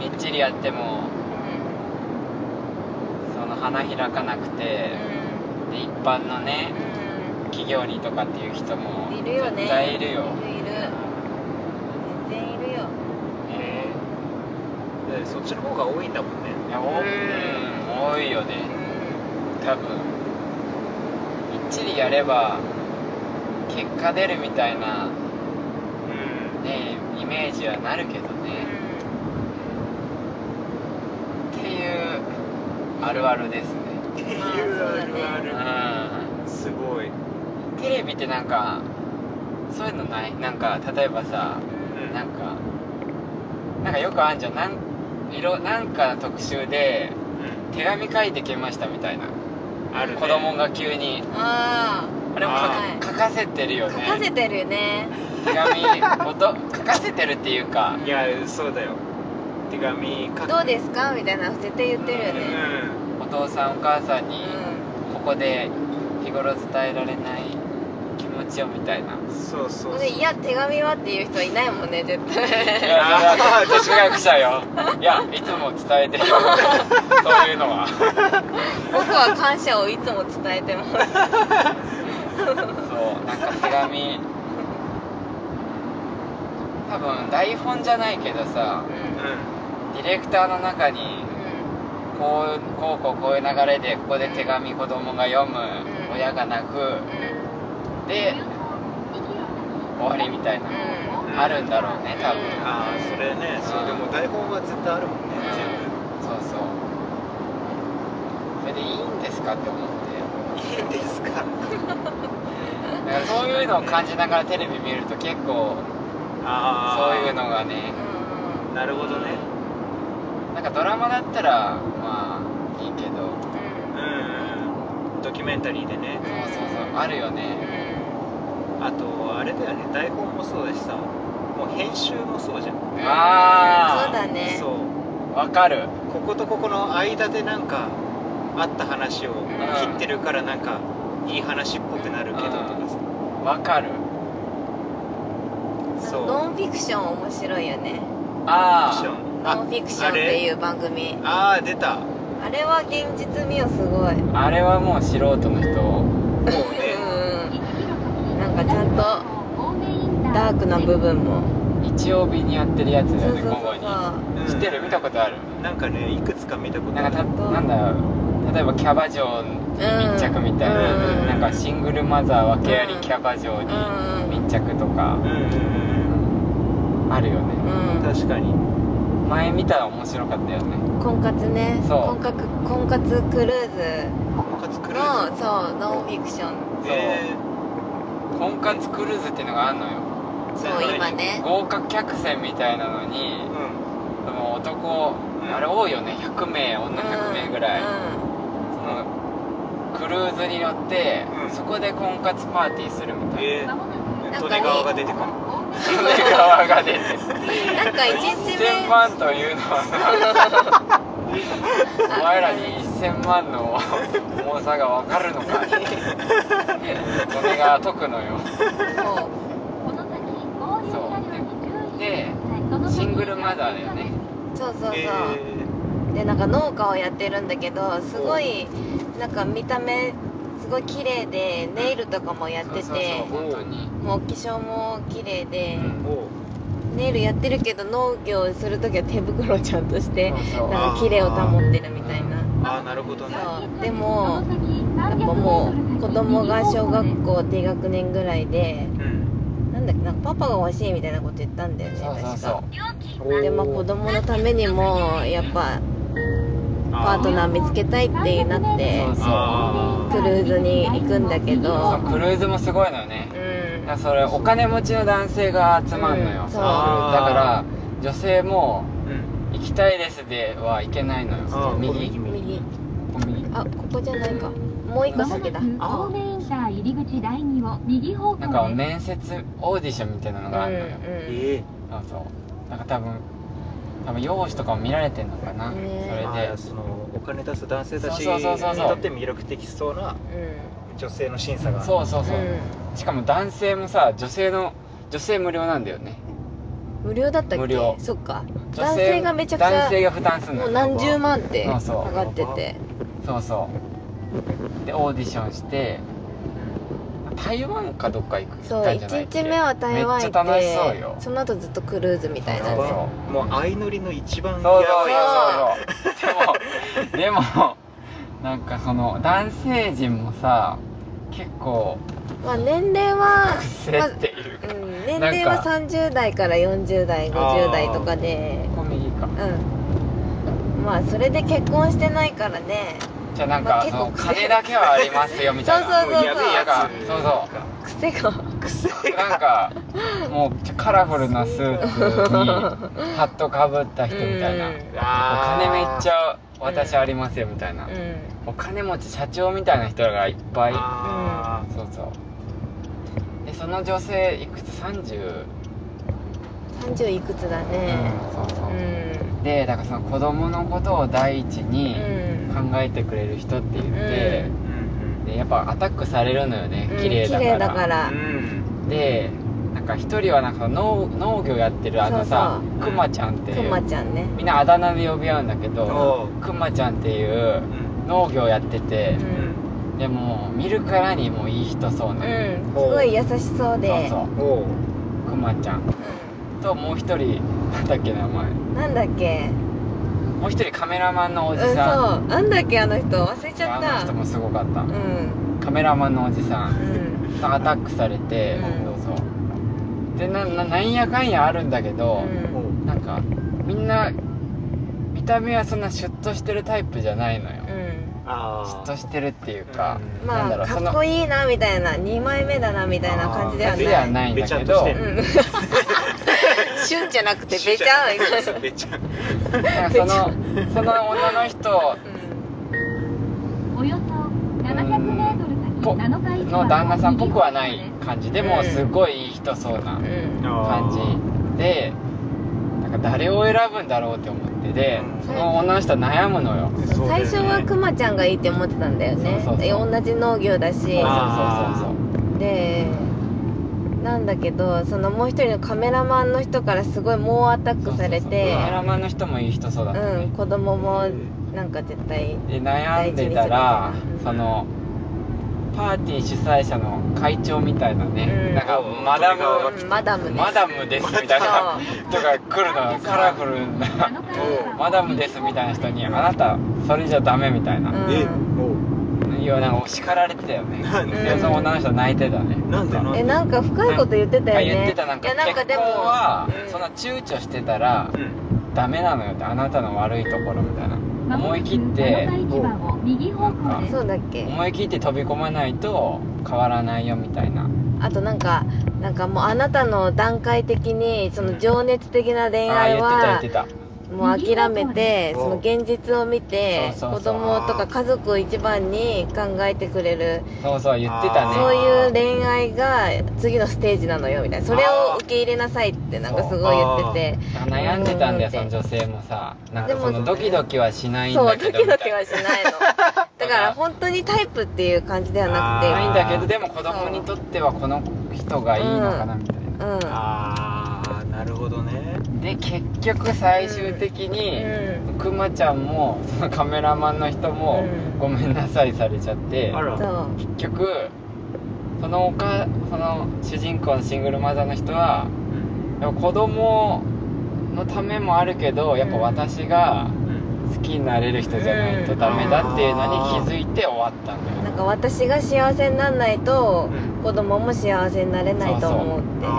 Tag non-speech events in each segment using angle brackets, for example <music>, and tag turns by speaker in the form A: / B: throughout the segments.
A: きっちりやってもその花開かなくて、で一般のね企業にとかっていう人も
B: いるよね
A: 絶対いるよ
B: いるいる全然いるよ
A: え
C: でそっちの方が多いんだもんね
A: ーいやお
B: うん
A: うん多いよね
B: う
A: 多分きっちりやれば結果出るみたいな
C: うん
A: ねイメージはなるけどねっていうあるあるですね
C: って
B: まあそう
C: いう
B: だ
C: あ
B: ね
C: るある、
A: う
C: すごい、
A: んテレビってなんかそういうのないなんか例えばさ
C: うん
A: なんかなんかよくあんじゃんなん色なんかの特集で手紙書いてきましたみたいな
C: あるね
A: 子供が急に
B: んあ
A: あれも書か
B: はい
A: 書かせてるよ
B: あ
A: ね
B: 書かせてるよね
A: 手紙音書かせてるっていうか
C: いやそうだよ手紙書く
B: どうですかみたいなの絶対言ってるよ
C: う
B: ね
C: ん
A: お父さんお母さん
B: う
A: に
B: ん
A: ここで日頃伝えられない気持ちをみたいな
C: そうそうそう
B: でいや手紙はっていう人いないもんね絶対
A: いやそれ
C: あー
A: は私が役者よいやいつも伝えてるよそういうのは
B: 僕は感謝をいつも伝えてます
A: そうなんか手紙多分台本じゃないけどさ
C: う
A: ディレクターの中にこうこうこうこういう流れでここで手紙子供が読む、
B: ん
A: 親が泣くで終わりみたいな、
B: うん
A: あるんだろうね多分、
C: んああそれねそうでも台本は絶対あるもんね
A: そうそうそれでいいんですかって思って
C: 全部いいですか
A: だからそういうのを感じながらテレビ見ると結構
C: あ
A: そ
C: あ
A: ういうのがね
C: なるほどね
A: なんかドラマだったらまあいいけど
C: うんドキュメンタリーでね
A: そうそうそうあるよね
C: あとあれだよね台本もそうだしさもう編集もそうじゃん
A: ああ
B: そうだね
C: そう
A: わかる
C: こことここの間でなんかあった話を切ってるからなんかいい話っぽくなるけどとかさ
A: わかる
C: そう
B: ノンフィクション面白いよね
A: あ
C: フィクショ
A: あ
C: ン
B: ノンフィクションっていうう番組
C: あれあー出たも
B: あれは現実味をすごいうん
A: あれはもう素人の人
C: うね
B: なんかちゃんとダークな部分も
A: 日曜日にやってるやつ
B: そう
A: だ
B: そ
A: よ
B: う
A: ね
B: そう
A: 午後に
B: そ
A: 知
B: う
A: ってる見たことある
C: なんかねいくつか見たこと
A: な
C: あ
A: ん
C: る
A: かたなんだろう例えばキャバ嬢に密着みたいな、
B: うん
A: なんかシングルマザー訳あり
B: うん
A: キャバ嬢に
B: うん
A: 密着と
C: うん
A: か
C: うんうん
A: あるよね
C: うん
B: うん
C: 確かに
A: 前見たら面白かったよね
B: 婚活ね
A: そう
B: 婚活婚活クルー
C: 婚活
B: ズ
C: クルー
B: のそうノンフィクション
C: ズ
A: そう婚活クルーズっていうのがあんのよ
B: そう今ね
A: 豪華客船みたいなのに
C: うん
A: その男
C: うん
A: あれ多いよね100名女100名ぐらい、
B: うん
A: そのクルーズに乗って、
C: うん
A: そこで婚活パーティーするみた <laughs> いな
C: え
B: な
C: ー
B: ん
C: 利
B: か
C: 根川が出てくる
A: 利根川が出て
B: なんか一日目
A: 1000万というのはお前らに1000万の重さが分かるのか利根川解くのよ
B: そう
A: そうでシングルマザーだよね
B: そうそうそう、
C: え
B: でなんか農家をやってるんだけどすごいなんか見た目すごい綺麗でネイルとかもやって
A: そうそうそう
B: て
A: 本当に
B: もうお化粧も綺麗で、
A: うん
C: ー、おう
B: ネイルやってるけど農業する時は手袋をちゃんとして
A: そうそう
B: なんか綺麗を保ってるみたいな
C: ああなるほどね
B: そうでもやっぱもう子供が小学校低学年ぐらいで
C: うん
B: なんだっけなんかパパが欲しいみたいなこと言ったんだよね
A: そうそう
B: 確
A: そ
B: か
A: う
B: でまあ子供のためにもやっぱパートナー見つけたいってなって
A: そう
C: あー
B: クルーズに行くんだけ
A: そ
B: ど
A: うクルーズもすごいのよね
B: う
A: だ
B: ん
A: からそれお金持ちの男性が集まんのよ、
B: うん
A: そ
B: そうう
A: だから女性も「
C: うん
A: 行きたいです」ではいけないのよ
C: あー
A: 右
C: 右
B: 右
A: ここ右
B: あここじゃないかもう一個先だ
C: あ
D: 青梅インター入り口第2を右方
A: なんか
D: 向です。
A: 面接オーディションみたいなのがあるのよ、
B: う
C: え
A: そうそうなんか多分多分容姿とかも見られてんのかな、
B: ね
A: そ
C: え
A: れ
C: あ
A: で
C: ーそのお金出す男性たちに
A: そうそうそうそう
C: とって魅力的そうなん
B: うん
C: 女性の審査が
A: そうそう
B: う
A: そう、
B: ん
A: しかも男性もさ女性の女性無料なんだよね
B: う無料だったっけ
A: 無料
B: そっか男性がめちゃくち
A: 男性が
B: ゃ
A: 負担するのよ
B: もう何十万って
A: そ
B: 上
A: うそう
B: がってて
A: そうそうでオーディションして台湾かどっか行く行
B: そう
A: ったんじゃない
B: 1日目は台湾行
A: めっちゃ楽しそう
B: っ
A: よ
B: てその後ずっとクルーズみたいな
A: そ
B: ね
A: うそ
C: もう相乗りの一
A: そうそ
C: 番
A: う
C: やばいや
A: そうそうでもでもなんかその男性陣もさ結構
B: まあ年齢は
A: 癖っていうか
B: まあうん、年齢は30代から40代50代とかで
A: 小右か
B: うんまあそれで結婚してないからね
A: じゃあなん
B: ま
A: か
B: あ
A: そ
B: 結構
A: の金だけはありますよみたいな
B: そうそうそうそう
A: もやべえやつそうそう
B: 癖が
C: 癖が
A: なんかもうカラフルなスーツにハットかぶった人みたいな、
B: うん
A: お
C: あ
A: 金
C: ー
A: めっちゃ私ありますよみたいな、
B: うん
A: お金持ち社長みたいな人らがいっぱい
C: あー
A: そうそうでその女性いくつ 30?
B: 30いくつだ
A: う
B: ね
A: んそう
B: う
A: そう、
B: ん
A: でだからその子供のことを第一
B: う
A: に
B: ん
A: 考えてくれる人って言って、
B: う
C: うん
A: でやっぱアタックされるのよね
B: うん
A: 綺麗だから,、
B: だから
C: うん
A: でなんか一人はなんか農農業やってるあのさ
B: そう
C: そう
A: くまちゃんって
B: く
A: いう
B: まちゃんね
A: みんなあだ名で呼び合うんだけど
C: おう
A: くまちゃんっていう農業やってて、
B: う
C: うん
A: でも見るからにもういい人そう
B: うん
A: な、
B: すごい優しそうで
A: そうそ
C: おう
A: うくまちゃんともう一人なんだっけ名前
B: うんなんだっけ
A: もう一人カメラマンのお
B: うん
A: じ
B: そう
A: さん、
B: なんだっけあの人忘れちゃっ
A: あの人
B: た
A: もすごかった、
B: うん
A: カメラマンのおじさ
B: うんん
A: とアタックされて、
B: うん
A: そうそうでなななんやかんやあるんだけど、
B: うん
C: おう
A: なんかみんな見た目はそんなシュッとしてるタイプじゃないのよ、
B: うん
C: あ
A: シュッ
C: ー
A: としてるっていうか、
C: うん
A: な
B: ま
A: んだろ
B: あ
A: うそ
B: か
A: の
B: っこいいなみたいな2枚目だなみたいな感じでは
A: 感じでは
B: ない
A: ないんだけ
C: べちゃ
A: ど
C: っとして
B: うん <laughs> シュンじゃなくてべちゃうみたいな <laughs>
C: べちゃん
A: なんかそのその女の人
B: うん
D: およそ700メートル先
A: ぽ
D: 7日市場
A: の旦那さんっぽくは <laughs> ない感じでも
B: うん
A: すごいいい人そうな
B: うん
A: 感じでなんか誰を選ぶんだろうって思ってで
C: うん
A: その女の人は悩むのよ
C: そうだ
B: 最
C: よね
B: 初はクマちゃんがいいって思ってたんだよね
A: そうそうそう
B: え同じ農業だし
C: あー
A: そうそうそうそう
B: でなんだけどそのもう一人のカメラマンの人からすごい猛アタックされ
A: そうそう
B: て
A: そうカメラマンの人もいい人そうだった
B: うん
A: ね、
B: 子供もなんか絶対
A: で悩んでたら
B: 大事にする
A: そのパーティー主催者の会長みたいなね、
B: うん
A: なんかマダム
C: う
B: うんマダムね
A: マダムですみたいな人が来るのカラフルな
D: そう
A: マダムですみたいな人に「あなたそれじゃダメ」みたいな、
B: うん
C: えおう
A: いやなんか叱られてたよ
B: <laughs>
A: ね
C: なん
B: で
A: でその女の人泣いてたね
C: なんでなんで
B: えなんか深いこと言ってたよ
A: あ
B: ね
A: 言ってたなん
B: い
A: か
B: やなんか
A: 結
B: で
A: 婚
B: も
A: は
B: うん
A: そんな躊躇してたら
C: うん
A: ダメなのよってあなたの悪いところみたいな思い切って
D: 7日市場を右方向です
B: そうだっけ
A: 思い切って飛び込まないと変わらないよみたいな
B: あとなんかなんかもうあなたの段階的にその情熱的な恋
A: ああ
B: 愛
A: 言っ
B: は
A: てた言って
B: もう諦めて
C: うん
B: その現実を見て
A: そうそう
B: 子
A: そう
B: 供とか家族を一番に考えてくれる
A: たそうそう言ってた
C: あー
A: ね
B: そういう恋愛が次のステージなのよみたいなそれを受け入れなさいってなんかすごい言ってて
A: だから悩んでたんだよ
B: う
A: その女性もさなんか
B: で
A: そ
B: も
A: のドキドキはしないん
B: そう
A: だ
B: ド
A: け
B: キ
A: どみ
B: ド
A: た
B: キ
A: いな
B: はしない
A: <laughs>
B: のだから本当にタイプっていう感じでは
A: ない
B: なんく
A: だけどでも子供にとってはこの人がいいのかなみたいな
B: てうん
C: ああなるほどね
A: で結局最終的に、
B: う
A: くまちゃんもそのカメラマンの人も、
B: うん
A: ごめんなさいされちゃって
C: あら
B: そう
A: 結局そのおかその主人公のシングルマザーの人は
C: うん
A: やっぱ子供のためもあるけどやっぱ私が
C: うん
A: 好きになれる人じゃないとダメだっていうのに気づいて終わったんだよ、
B: なんか私が幸せにならないと
C: う
B: 子供も幸せになれないと思うって
C: あ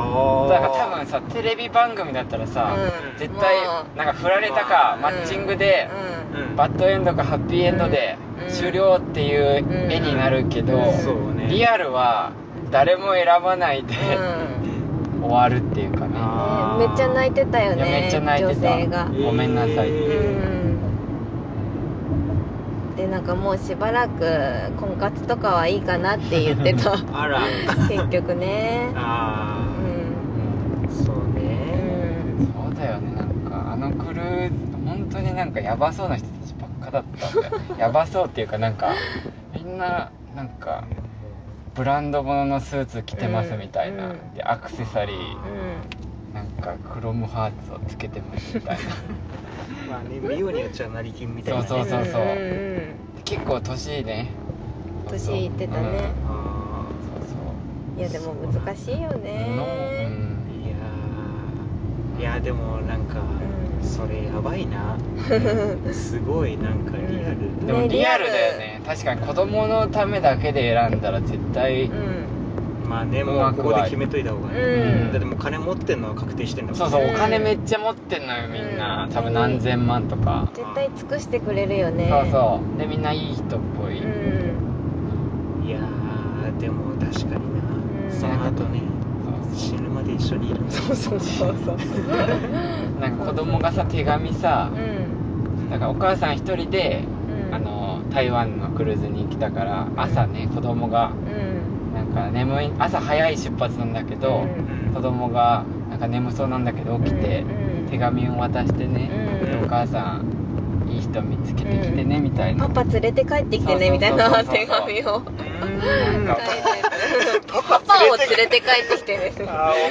C: ー
A: だから多分さテレビ番組だったらさ、
B: うん
A: 絶対
B: もう
A: なんか振られたか、
C: うん
A: マッチングで、 <laughs>
B: うん
C: うん
A: バッドエンドかハッピーエンドで
B: うん
A: 終了っていう絵になるけど、
B: うん
C: そうね
A: リアルは誰も選ばないで、
B: うん
A: 終わるっていうかね
C: あー
B: ねめっちゃ泣いてたよ
A: いや
B: ね
A: めっちゃ泣いてた
B: 女性が、
A: ごめんなさい
C: え
B: うんでなんかもうしばらく婚活とかはいいかなって言って
A: <laughs>
B: た
C: あら
B: 結局ねう
C: あ
B: ん
A: うん
C: あそう
B: う
C: ね
B: ん
A: そうだよねなんかあのクルーズ本当になんかヤバそうな人たちばっかだったん
B: <laughs>
A: だよヤバそうっていうかなんかみんななんかブランド物のスーツ着てますみたいな、
B: うん
A: でアクセサリー
B: うん
A: なんかクロムハーツをつけてますみたい
B: <laughs>
A: な
C: まあね見ようによっちゃ成金みたいなね
A: そうそうそうん
B: ん
A: 結構年いいね
B: 年いってたね
C: あ
A: うんそう
B: うんいやでも難しいよ
A: そうのう
B: ね
C: ー
A: ん
C: いやーいやでもなんか、
B: うん
C: それやばい
B: <laughs>
C: なすごいなんかリア
B: う
C: ル、
B: ん
A: でもリアルだよね確かに子供のためだけで選んだら絶対、
B: うん
C: まあね
A: う
C: も
A: ま
C: う
A: く
C: こ
A: は
C: こで決めといた方がいい、
B: うん
C: だってもう金持ってんのは確定してんだもん
A: そうそう、
B: うん
A: お金めっちゃ持ってんのよみんな、
B: うん
A: 多分何千万とか、
B: 絶対尽くしてくれるよね
A: そうそうでみんないい人っぽい、
B: うん
C: いやーでも確か
B: う
C: にな、
B: ん
C: その後ね
A: そう
C: 死ぬまで一緒にいるんだ
B: そうそうそうそう
A: なんか子供がさ手紙さ
B: う、ん
A: なんかお母さん一人で、
B: うん
A: あの台湾のクルーズに来たから朝ね子供が
B: うん
A: なんか眠い朝早い出発なんだけど、
C: うん
A: 子供がなんか眠そうなんだけど起きて、
B: うん
A: 手紙を渡してね、
B: うん
A: お母さんいい人見つけてきてね、みたいな
B: パパ連れて帰ってきて
A: そうそうそう
B: ね
A: そう
B: みたいな手紙を
A: なん
C: うーん
A: か
B: パパを連れて帰ってきてね
C: あーお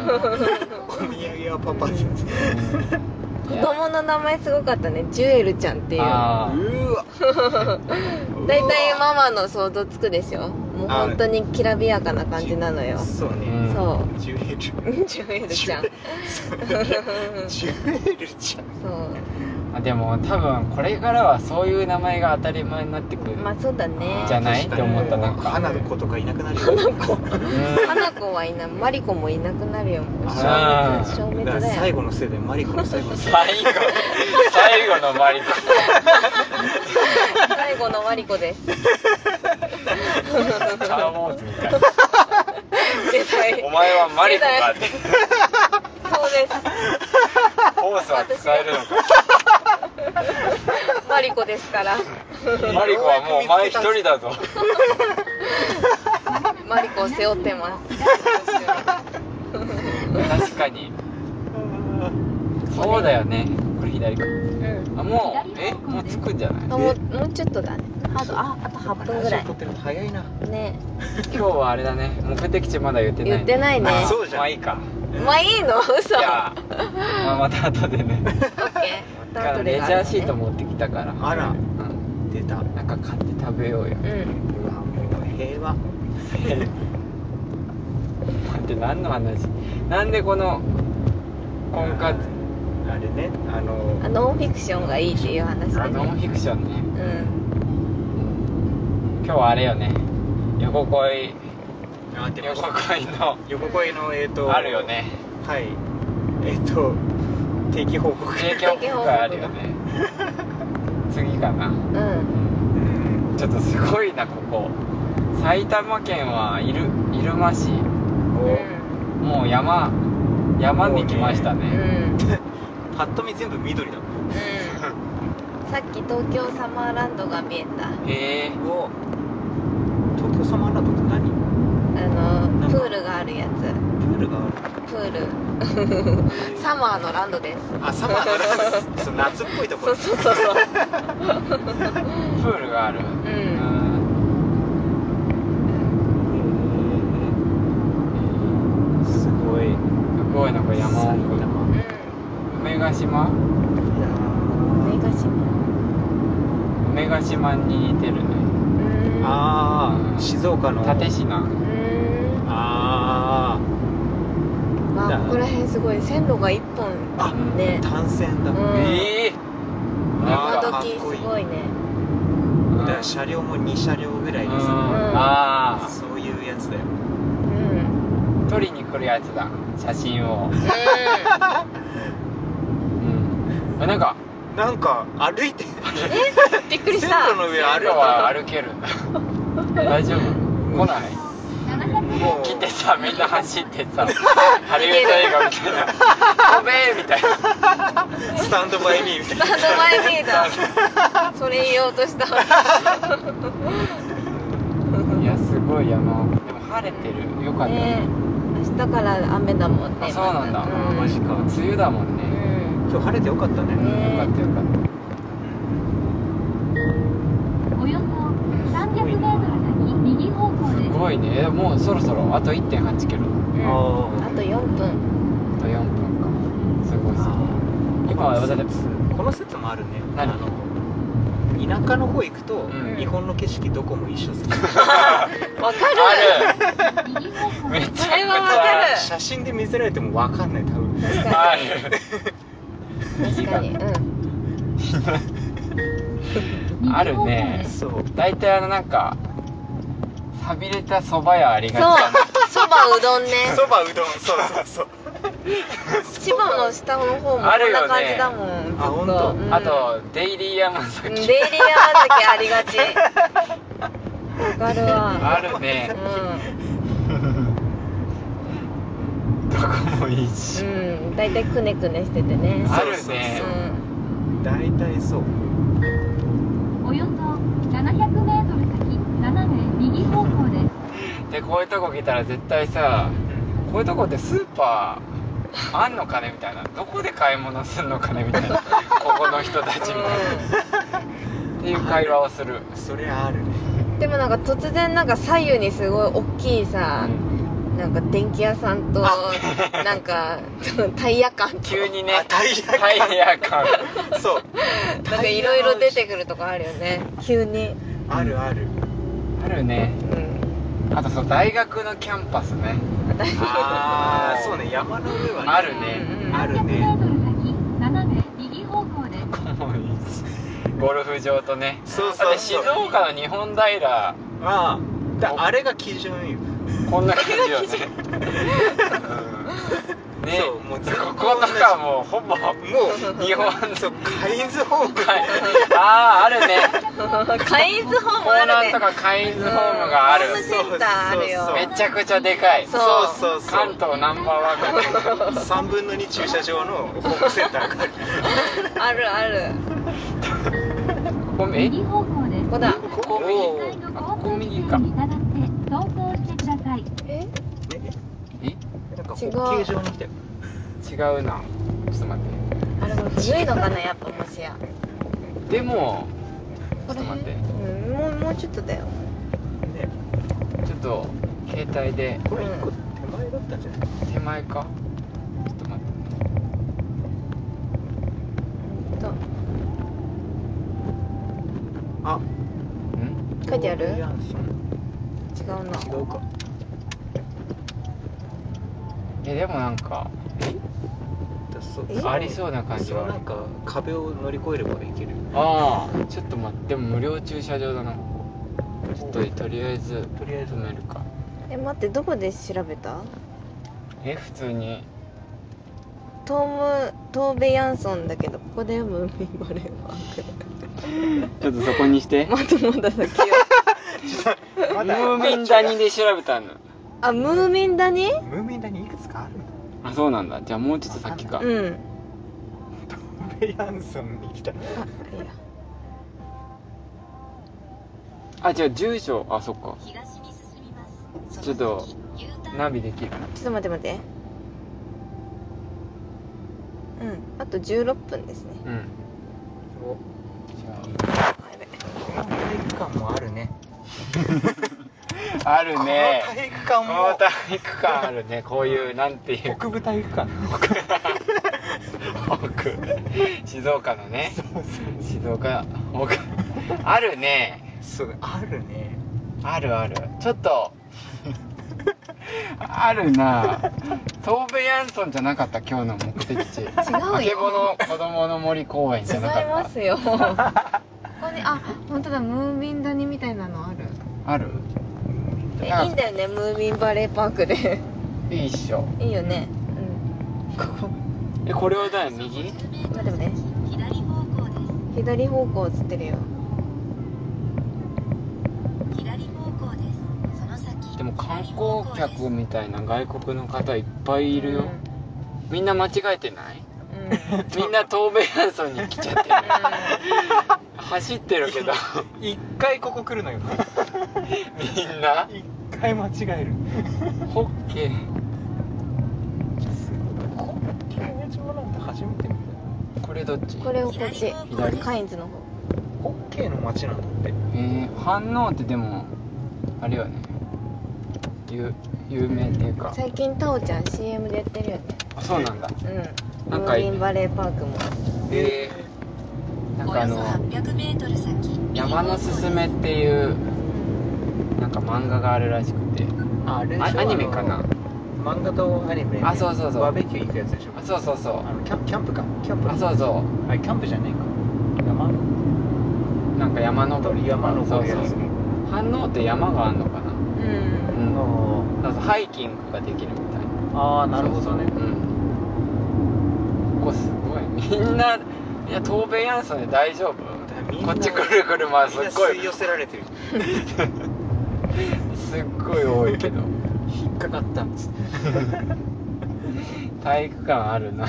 C: もろい
D: う
C: お土産はパパに、う
B: 子供の名前すごかったねジュエルちゃんっていう大
A: あー
C: ーわ
B: <laughs> 体ママの想像つくでしょもう本当にきらびやかな感じなのよ
C: そうね、
A: うん
B: そ
C: ジュエル
B: う <laughs> ジュエルちゃん
C: ジュエルちゃ
B: そう
C: ん
A: あでも多分これからはそういう名前が当たり前になってくる、
B: まあそうだね
A: じゃない
C: 確かに
B: って思った
A: なんか
C: 花の子とかいなくなるよ花子
A: うん
B: 花子はいないマリコもいなくなるよもう
A: あー
B: 消滅消滅だ
C: 最
B: よ
C: 後のせいでマリコの最後のせい
A: 最後最後のマリコ
B: 最後のマリコです
A: ターモーズみたいな
B: 世代
A: お前はマリコかって
B: そうです
A: ホースは使えるのか
B: マリコですから
A: マリコはもうお前一人だぞ
B: マリコを背負ってます
A: 確かにそうだよねこれ左か
B: うん
A: あもうえもうつくんじゃない
B: あもうもうちょっとだねあとああと8分ぐら
C: ラジオ撮ってると早いない
B: ね
A: 今日はあれだね目的地まだ言ってない
B: 言ってないね
A: あ
C: そうじゃん
A: まあいいか
B: まあいいの
A: い
B: 嘘オ
A: や
B: ッ
A: まあまた後でね
B: ケー
A: だからレジャーシート持ってきたから
C: あら
A: うん
C: 出たうわ
A: なんか買って食べようよ
B: うん
C: もう平和
A: 待って何の話なんでこの婚活
C: あれねあの
B: あノンフィクションがいいっていう話
A: あ
B: だ
A: ノン
B: ね
A: フィクションね
B: うん
A: 今日はあれよね横恋
C: あ出まし
A: 横
C: た
A: 恋の
C: 横声のえっと
A: あるよ
B: <laughs>
A: ね
C: はいえっと定期報告
A: 影響があるよね次かな
B: うん
C: うん
A: ちょっとすごいなここ埼玉県は入間市
B: う
A: もう山山に来ました
B: んう
A: ね
B: ん
C: おパッと見全部緑だもん
B: うんさっき東京サマーランドが見えた
A: へえ
C: お東京サマーランドって何
B: あ
C: な
B: の
C: ん
B: プ
C: か
B: ールがあるや
C: プールがある
B: つプールサマーのランドです
C: あ、サマーのランドそう夏っぽいとこ
B: そうそうそうそう
A: プールがあるうん
B: ん
C: すごい
A: すごいなんか山奥梅ヶ島
B: うん目がし
A: 梅ヶ島に似てるね
B: うん
C: ああ静岡の
A: 立科
B: うん
C: あ
B: まあここら辺すごい線路が一本
C: ああ
B: ね
C: 単線だ、
B: うん
A: ええ
C: あ
B: 今
C: ー
A: なんか
B: 時すごいね
A: うん
C: だから車両も2車両ぐらい
A: うん
C: です、
A: あ
C: そういうやつだよ
B: うん
A: あ
B: <laughs>
A: 撮りに来るやつだ写真を
B: う
A: うんあなんか
C: <laughs> なんか歩いて
B: んびっくりし
C: 線
B: た
C: 路の上歩い
A: 今日は歩けるんだ大丈夫来ない
C: ても
A: 来てさみんな走って <laughs> さハリウッド映画みたいな「飛べ!」みたいな
C: スタンドバイミーみたい
B: スタ
C: な
B: ンド前見えたそれ言おうとした
A: いやすごい山奥でも晴れてるよかった
B: ね
A: ね
B: 明日から雨だもんね
A: あそうなんだ
B: ま
A: あ
B: た
A: マジか梅雨だもん
B: う
A: ね
B: ん
C: 今日晴れてよかったね
A: よ
B: ね
A: かったよかった
D: およそ300メートル先右方向ですす。
A: ごいねえもうそろそろあと1 8キロ
B: うん
C: おー
B: あと4分
A: あと4分かすごいす
C: あ
A: <laughs> ごい今はだって
C: この説もあるねあ
A: 何
C: の田舎の方行くと、
A: うん
C: 日本の景色どこも一緒する
B: わかる
A: ある
D: 右方向
A: めちゃくち
B: あれはわかる
A: ゃ
C: 写真で見せられても分かんない多分
B: 確
A: あ
B: か
A: る
B: に
C: <laughs>
B: 確かにうん
A: あるね
C: そう
A: 大体あのなんか寂れた蕎麦屋あり
B: そ
A: が
B: う
A: ちだな
B: そばうどんね
C: そばうどんそうそうそう
B: 千葉の下の方もこん
A: あるよね
B: な感じだもんずっ
C: あ
B: と
C: ほんと
B: うん
A: あとデイリー山
B: う
A: 崎
B: んデイリー山崎ありがちわかるわ
A: <laughs> あるね
B: うん
A: どこもいいし
B: うん大体くねくねしててね
A: <laughs> あるね
B: うん
C: 大体そう
D: およそ700メートル先斜め右方向です
A: でこういうとこ来たら絶対さこういうとこってスーパーあんのかねみたいなどこで買い物すんのかねみたい
B: <laughs>
A: なここの人たちもっていう会話をする
C: それあるね
B: でもなんか突然なんか左右にすごい大きいさなんか電気屋さんとなんか <laughs> タイヤ館と
A: 急にね
C: あタイヤ
A: タイヤ感
C: そう
B: なんかいろいろ出てくるとこあるよね急に
C: あるある
A: あるね
B: うん <laughs>
A: あとその大学のキャンパスね
B: 私
C: ああそうね山の上は
A: あるね
B: うん
C: ある
D: 300メ
C: ね
D: ートル先斜め右方向です
A: ここもいいしゴルフ場とね
C: そう
A: だっ
C: そう
A: て
C: そ
A: 静
C: う
A: 岡の日本平
C: ああだあれが基準よ
A: こんな感じよねうんね
C: そうもう全部
A: ここの中もうほ
C: <laughs>
A: ぼ
C: も
A: 日本
C: う <laughs> そうカインズホーム
A: 海あああるね
B: カインズホーム
A: 港
B: あ
A: 南
B: る
A: と
B: ね
A: かカインズホームがある
B: ホームセンターあるよ
C: そうそう
A: めちゃくちゃでかい
B: そ
C: そうそうそう
A: 関東ナンバーワンだね
C: 3分の2駐車場のホームセンターがある
B: <laughs> あるある
A: ここえ
D: 右方向です
B: ここだ
A: ここ
C: お
A: 右
D: 前の交通規制に従って走行してください
B: え
C: なんか
B: 違
C: ホ
B: う
C: ッケー場に来たよ
A: 違うなちょっと待っ
B: あれも古いのかなやっぱもしや
A: てでもちょ
B: こ
A: っと
B: れ
A: 待って
B: うんもうもうちょっとだよ
C: ね
A: ちょっと携帯で
C: これ1個手前だったんじゃない
A: 手前かちょっと待って
B: と
C: あ
A: ん
B: 書いてある
C: いやそん
B: 違うな
C: 違うか
A: えでもなんか
C: だそう
B: え
A: ありそうな感じ
C: そ
A: は
C: う
A: ある
C: なんか壁を乗り越えればいける
A: ああちょっと待ってでも無料駐車場だなちょっととりあえず
C: とりあえず
A: 止めるか
B: え待ってどこで調べた
A: え普通に
B: トームトーベヤンソンだけどここで読む海バレーは
A: ちょっとそこにして
B: まだまだ先よ <laughs>
A: ムーミン谷で調べたの
B: あムーミン谷
C: ムーミン谷いくつかあるんだ
A: あそうなんだじゃあもうちょっと先か
B: うん
C: トム・ヤンソンに来た
B: あいや
A: あじゃあ住所あそっかちょっとナビできる
B: ちょっと待って待ってうんあと16分ですね
A: うん <laughs>
C: お
A: じ
B: あやべ
C: 体育館もあるね
A: ゃああるね
C: この体育館
A: こ
C: も
A: の体育館あるねこういうなんていう
C: 北部体育館
A: 奥静岡のね静岡奥あるね
C: <laughs> そうあるね
A: あるあるちょっとあるな東部ヤンソンじゃなかった今日の目的地違う
B: よ
A: あけぼの子供の森公園じ
B: 違
A: ゃ
B: い
A: なかった
B: ますよ <laughs> ここにあ本当だムーミン谷みたいなのある
A: ある
B: え
A: あ
B: いいんだよねムーミンバレーパーク <laughs> で
A: いいっしょ
B: いいよね
A: ここえこれをだよ右
B: うん待って待って左方向つってるよ
A: でも観光客みたいな外国の方いっぱいいるよ、みんな間違えてない
B: うん、うん
A: みんな東米ヤンソンに来ちゃって <laughs> る走ってるけど
C: <laughs> 一回ここ来るのよ
A: みんな
C: 一回間違える
A: ホッケ
C: 競技場なんて初めて見
A: ーこれどっち
B: これをこっち
A: 左
B: カインズの方
C: たホッケーの街なんだって
A: えー、反応ってでもあれよね有有名っていうか
B: 最近タオちゃん CM でやってるよね
A: あそうなんだ
B: うん
A: な
B: ム
A: んか
B: ーリンバレーパークも
A: へえなん
E: お
A: かあ
E: よそ
A: の
E: 800メートル先
A: 「山のすすめ」っていうなんか漫画があるらしくて
C: ああれで
A: あ
C: しょ
A: アニメかな
C: あの漫画とアニメで
A: あそうそうそう
C: バーベキュー行くやつでしょ
A: あそうそうそう
C: あのキャンキャンプかキャンプ
A: あそうそ
C: あれキャンプじゃねえか山
A: うなんか山登りとか
C: 山登るやつ
A: そうそう反応って山があんのかな
B: うん
A: うん
C: あ
A: そうそうハイキングができるみたいな
C: ーあーなるほどね
A: そうそううんこれすごいみんないや東米ヤンソンで大丈夫
C: みん
A: こ
C: な
A: っちぐるぐる回す
C: みんな
A: すっご
C: 吸
A: い
C: い寄せられてる
A: すっごい多いけど
C: 引っかかったんです
A: 体育館あ
C: <laughs>
A: るな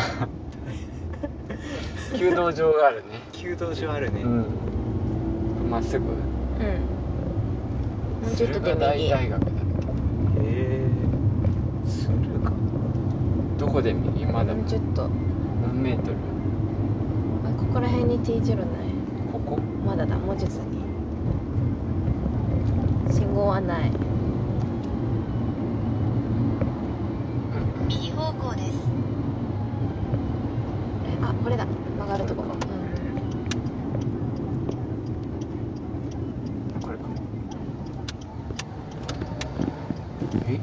A: 弓道場があるね
C: 弓道場あるね、
A: うんまっすぐ
B: うんもうちょっとで
A: 駿河台
B: 右
A: 大学だっけ
C: へえするか
A: どこで右まだ
B: もうちょっと
A: 何メートル
B: あここら辺に T 字路ない
A: ここ
B: まだだもうちょっと先信号はない
E: 右方向です
B: えあこれだ曲がるとこうん
C: これか
A: え
B: え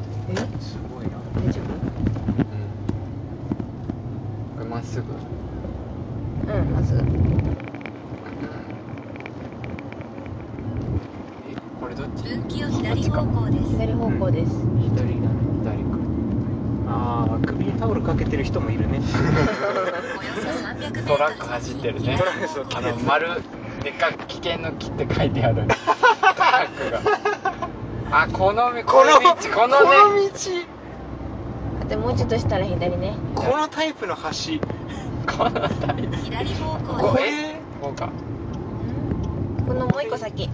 C: すごいな
B: 大丈夫
A: うんこれまっすぐ
B: うんまず
A: えこれどっち
E: 分岐を左方向です
B: 左方向です
A: <laughs> 左だね左か
C: ああ首にタオルかけてる人もいるね
E: およそ300メートル
A: トラック走ってるね
E: 左方
A: あ
E: 向で
A: の
E: す
A: 丸でっかく危険の木って書いてあるトラック
C: <laughs>
A: があこのみこの道このね
B: あともうちょっとしたら左ね
C: このタイプの橋
A: このタイ
E: 左方向
A: ここ
E: です
A: えこうか
B: このもう一個先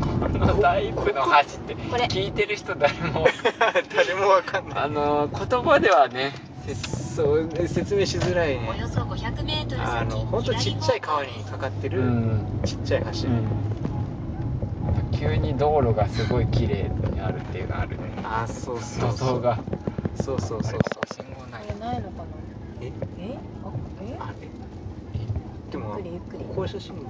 A: このタイプの橋って
B: これ
A: 聞いてる人誰も <laughs>
C: 誰もわかんない
A: あの言葉ではね
C: そう説明しづらい
E: およそ500メートル先
C: あの本当ちっちゃい川にかかって
A: う
C: る、
A: ん、
C: ちっちゃい橋、
A: 急に道路がすごい綺麗にあるっていうのあるね
C: あそうそ
A: 塗
C: うそ
A: 装
C: う
A: が
C: そうそうそうそう
A: 信号
B: あ
A: ない
B: れないのかな
C: え
B: えあえ
C: あれでも
B: ゆっくりゆっくり
C: 校舎信号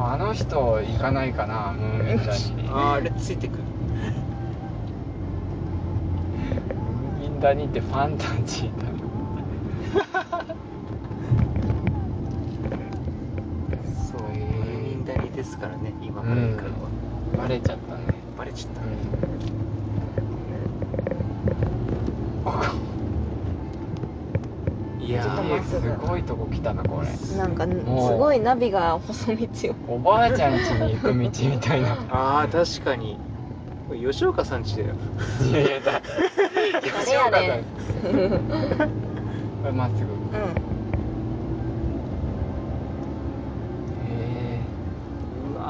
A: うんあの人行かないかなムーミン谷に
C: ああれついてくる
A: 銀座にってファンタジーだな
C: そう人谷ですからね今から行くのは、
A: バレちゃったね
C: バレちゃった、
A: ここいやーすごいとこ来たなこれ
B: なんかす
A: もう
B: ごいナビが細道を
A: おばあちゃん家に行く道みたいな
C: ああ確かにこれ吉岡さんちだよ
A: <laughs> いやいやだ
B: 誰やねん
A: これまっすぐへ
B: うん
C: うわ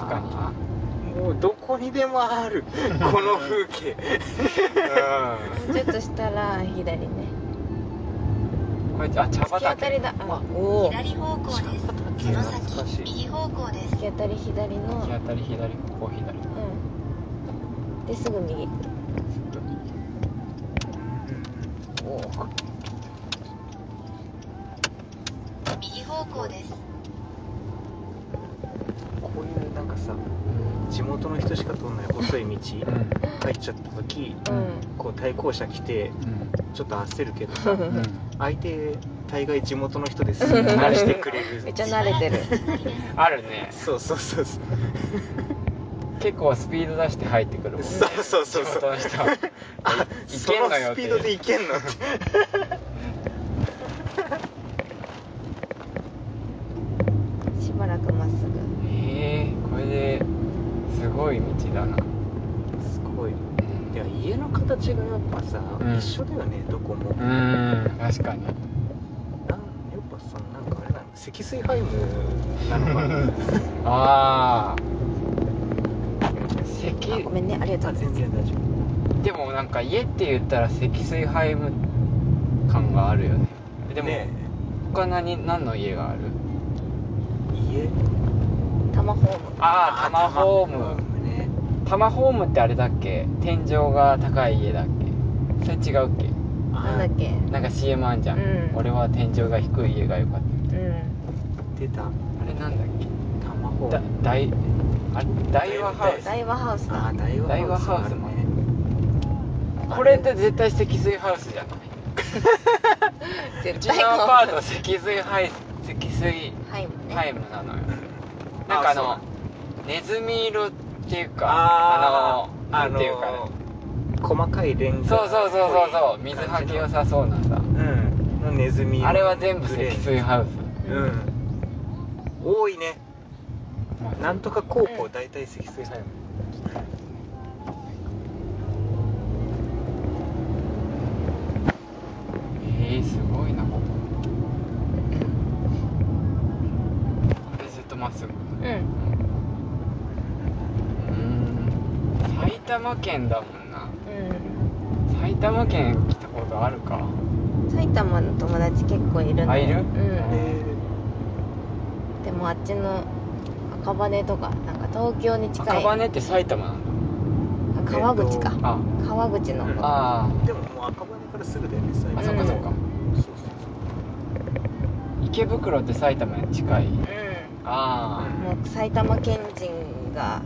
A: 確か
C: にもうどこにでもあるこの風景
A: え
B: もうちょっとしたら左ね
A: これあ茶
B: 突き当たり
A: 畑
B: だあおお突
E: 左方向ですその
C: 懐かし
E: 先
C: い
E: 右方向です
B: き当たり左
A: 行
B: の
A: き当たり左ここ左
B: うんですぐ右
A: おー
E: 右方向です
C: こういうなんかさ地元の人しか通んない細い道
A: うん
C: 入っちゃった時
B: うん
C: こう対向車来てちょっと焦るけど
B: <laughs>
C: さ
A: うんうん
C: 相手大概地元の人ですぐ鳴らしてくれる
B: めっちゃ慣れてる
A: あるね
C: そうそうそうそう
A: 結構スピード出して入ってくるもんね
C: そうそうそう
A: 地
C: そう
A: 元の人は
C: あ
A: い
C: そ
A: けん
C: の
A: のよ
C: スピードでいけんのって
B: しばらくまっすぐ
A: へえこれですごい道だな、
C: すごいいうや家の形がやっぱさ、
A: うん
C: 一緒だよねどこも、なんや
A: ん、うん確かに
C: っぱさなんかあれなの積水ハイムなのかな
A: ああ <laughs>
B: あ
A: 積
B: ごめんねありがとう
C: あ
B: ござい
C: 全
B: ます
C: 然大丈夫
A: でもなんか家って言ったら積水配務感があるよねでも、
C: ね
A: 他何何の家がある
C: 家
B: タマホーム
A: ああタマホーム
C: ね
A: タマホームってあれだっけ天井が高い家だっけそれ違うっけ
B: なんだっけ
A: なんか CM あんじゃん、
B: うん
A: 俺は天井が低い家が良かっ
B: うん
C: 出た
A: たあれなんだっけ
C: 卵
A: だ大あれ大和ハウス
B: ダイワハウス
C: あ
B: だ
C: ー大和
A: 大和ハウス
C: も
A: も
C: ね
A: ねこれって絶対積水ハウスじゃないう
B: 絶
A: ち
B: 対
A: の
B: こう
A: アパート積水ハイ積水
B: はいもね
A: タイムな
C: <laughs>
A: のよなんかあの
C: あ
A: ネズミ色っていうか
C: あー
A: のなんていうかね
C: 細かいレンズ
A: そうそうそうそうそう水はけ良さそうなさ
C: うんのネズミ色
A: あれは全部
C: グレー
A: 積水ハウス
C: うん多いね
A: まあ
C: なんとか高校大体積水ハウ
A: えー、すごいなこここれずっとまっすぐう
B: うん
A: ーん埼玉県だもんな
B: う
A: 埼玉県来たことあるか
B: ん埼玉の友達結構いるの
A: あいる
B: うん
C: ス
B: でもあっちの赤羽とかなんか東京に近
A: 赤
B: い
A: 羽って埼玉なん
B: あ川口か、
A: だ
B: 川口の
C: うん
B: 方
A: ああ
C: でももう赤羽からすぐだよね最
A: ーあそ
C: 近
A: っかそっか
C: そうそう
A: 池袋って埼玉に近い
B: うん
A: あー
B: もう埼玉県人が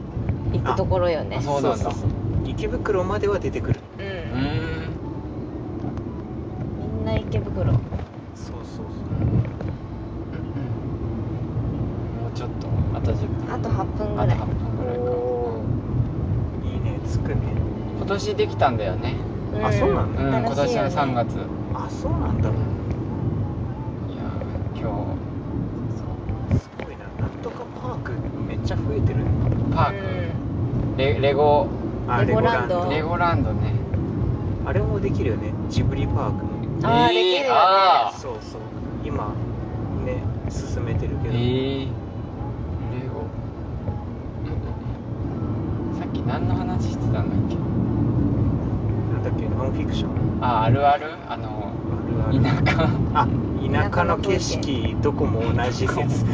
B: 行くところよね
A: あそうなんだ
C: そうそう池袋までは出てくる
B: う
A: うー
B: ん
A: ん
B: みんな池袋うん
C: そうそう
A: もうちょっとあと10分
B: あと8分ぐらい
A: あと8分ぐらいか
C: おーいいねつくね
A: 今年できたんだよね
C: あそうな
A: うん
C: だ
A: ん今
B: 新し
A: 年
B: いよ
A: の
B: ね
A: 3月いや
C: あそうなんだ
A: ー今
C: すごいななんとかパークめっちゃ増えてる
A: 日パークレレゴ
C: あ
B: レゴランド
A: レゴランドね
C: あれもできるよねジブリパークも
B: うん、ああ、
A: えー
B: できるよね
A: あー
C: そうそう今ね進めてるけ
A: えー、
C: ど、
A: レゴうんさっき何の話してたんだっけ
C: なんだっけノンフィクション
A: ああるあるあの
C: あるある
A: 田舎
C: あ田舎の景色どこも同 <laughs> じ説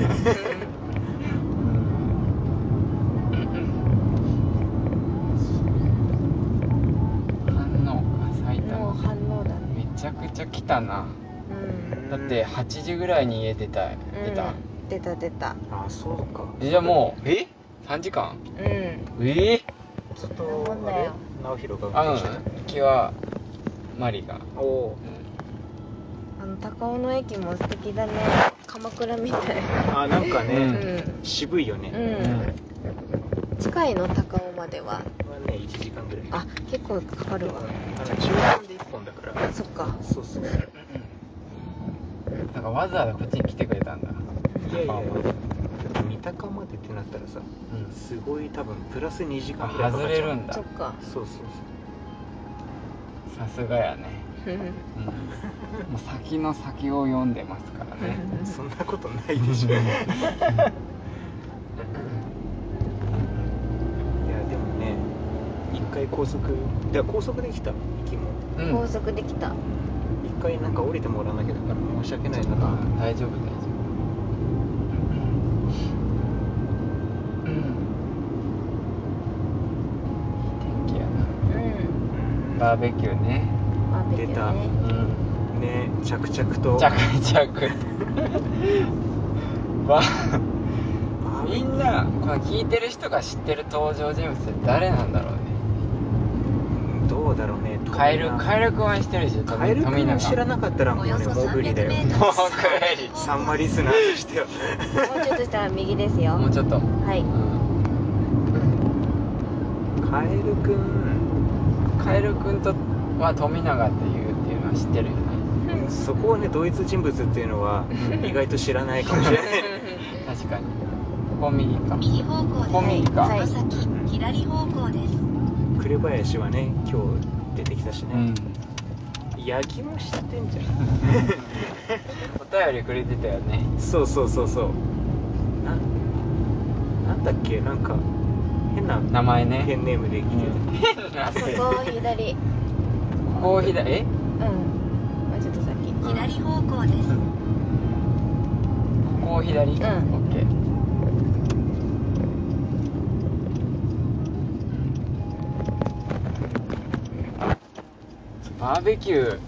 A: 反応が埼
B: も
A: 玉
B: う反応だね
A: めちゃくちゃ来たな
B: うん
A: だって8時ぐらいに家出たい出た、
B: うん、出た出た
C: あそうか
A: じゃあもう
C: え
A: 3時間
B: うん
A: ええ
C: ちょっ
B: な
C: と
B: ん
C: あ
B: だ
C: れ
B: よ
C: 直弘が
A: あ
C: 運
A: う
C: 転して
A: ん行きはマリが、
C: たおお
B: あの高尾の駅も素敵だね鎌倉みたい
C: あなんか
A: う
B: うん
C: ね、
B: ん、
C: 渋いよね、
B: う
A: うん
B: 近いの高尾までは
C: はね1時間ぐらい
B: あ結構かかるわ
C: あの中間で1本だから
B: そっか
C: そうそうい
A: なんかわざわざこっちに来てくれたんだ、
C: やいやだって三鷹までってなったらさ
A: うん、
C: すごい多分プラス2時間ぐらいかか
A: 外
C: っち
A: れ
C: ゃ
A: る
C: うん
A: だ
B: そっか
C: そうそう
A: さすがやね、
B: うん
A: うん、もう先の先を読んでますからね
C: そうそんなことないでしょいやでもね一回高速だから高速できた行きも
A: うん
B: 高速できた
C: 一回なんか降りてもらわなきゃだから申し訳ないなと思って
A: 大丈夫大丈夫うんいい天気や
B: う
A: なんバーベキューね
B: バーベキュ
C: 出
B: ー
C: た
B: ね
A: うん
C: ね着々と
A: 着 <laughs> 々わ
C: あ
A: みんなこの聞いてる人が知ってる登場人物って誰なんだろうね
C: うんどうだろうね
A: カエルカエ
C: ル
A: ルくんはしてるでしょ富
C: カエル君を知ら
A: な
C: なかったらもう
E: およ
C: ね
E: そ
C: 僕リだよ
E: 300メートル
A: もう無理
C: <laughs> サンマリスナーとしては
B: もうちょっとしたら右ですよ
A: <laughs> もうちょっと
B: はい
A: うん
C: カエル君
A: カエルくんとは富永っていうっていうのは知ってるよね
C: そこをね同一人物っていうのは意外と知らないかもし <laughs> れないね
A: 確かにここ右か
E: 右方向
A: ここ
E: で
A: 右
E: す。
A: か、
B: はい
E: その先、左方向です。
C: 紅林はね今日出てきたし
A: う
C: ね
A: ん、
C: ヤギも知ってんじゃ
A: お便りくれてたよね
C: んそうそうそうそうななんだっけなんか変な
A: 名前
C: ペ
A: ね
C: ンネームで来て
A: 変
C: た
A: な
B: あそこ左うん
A: ここを左え
B: もうちょっと先
E: 左方向です。
A: ここを左うんオッケーバーベキュー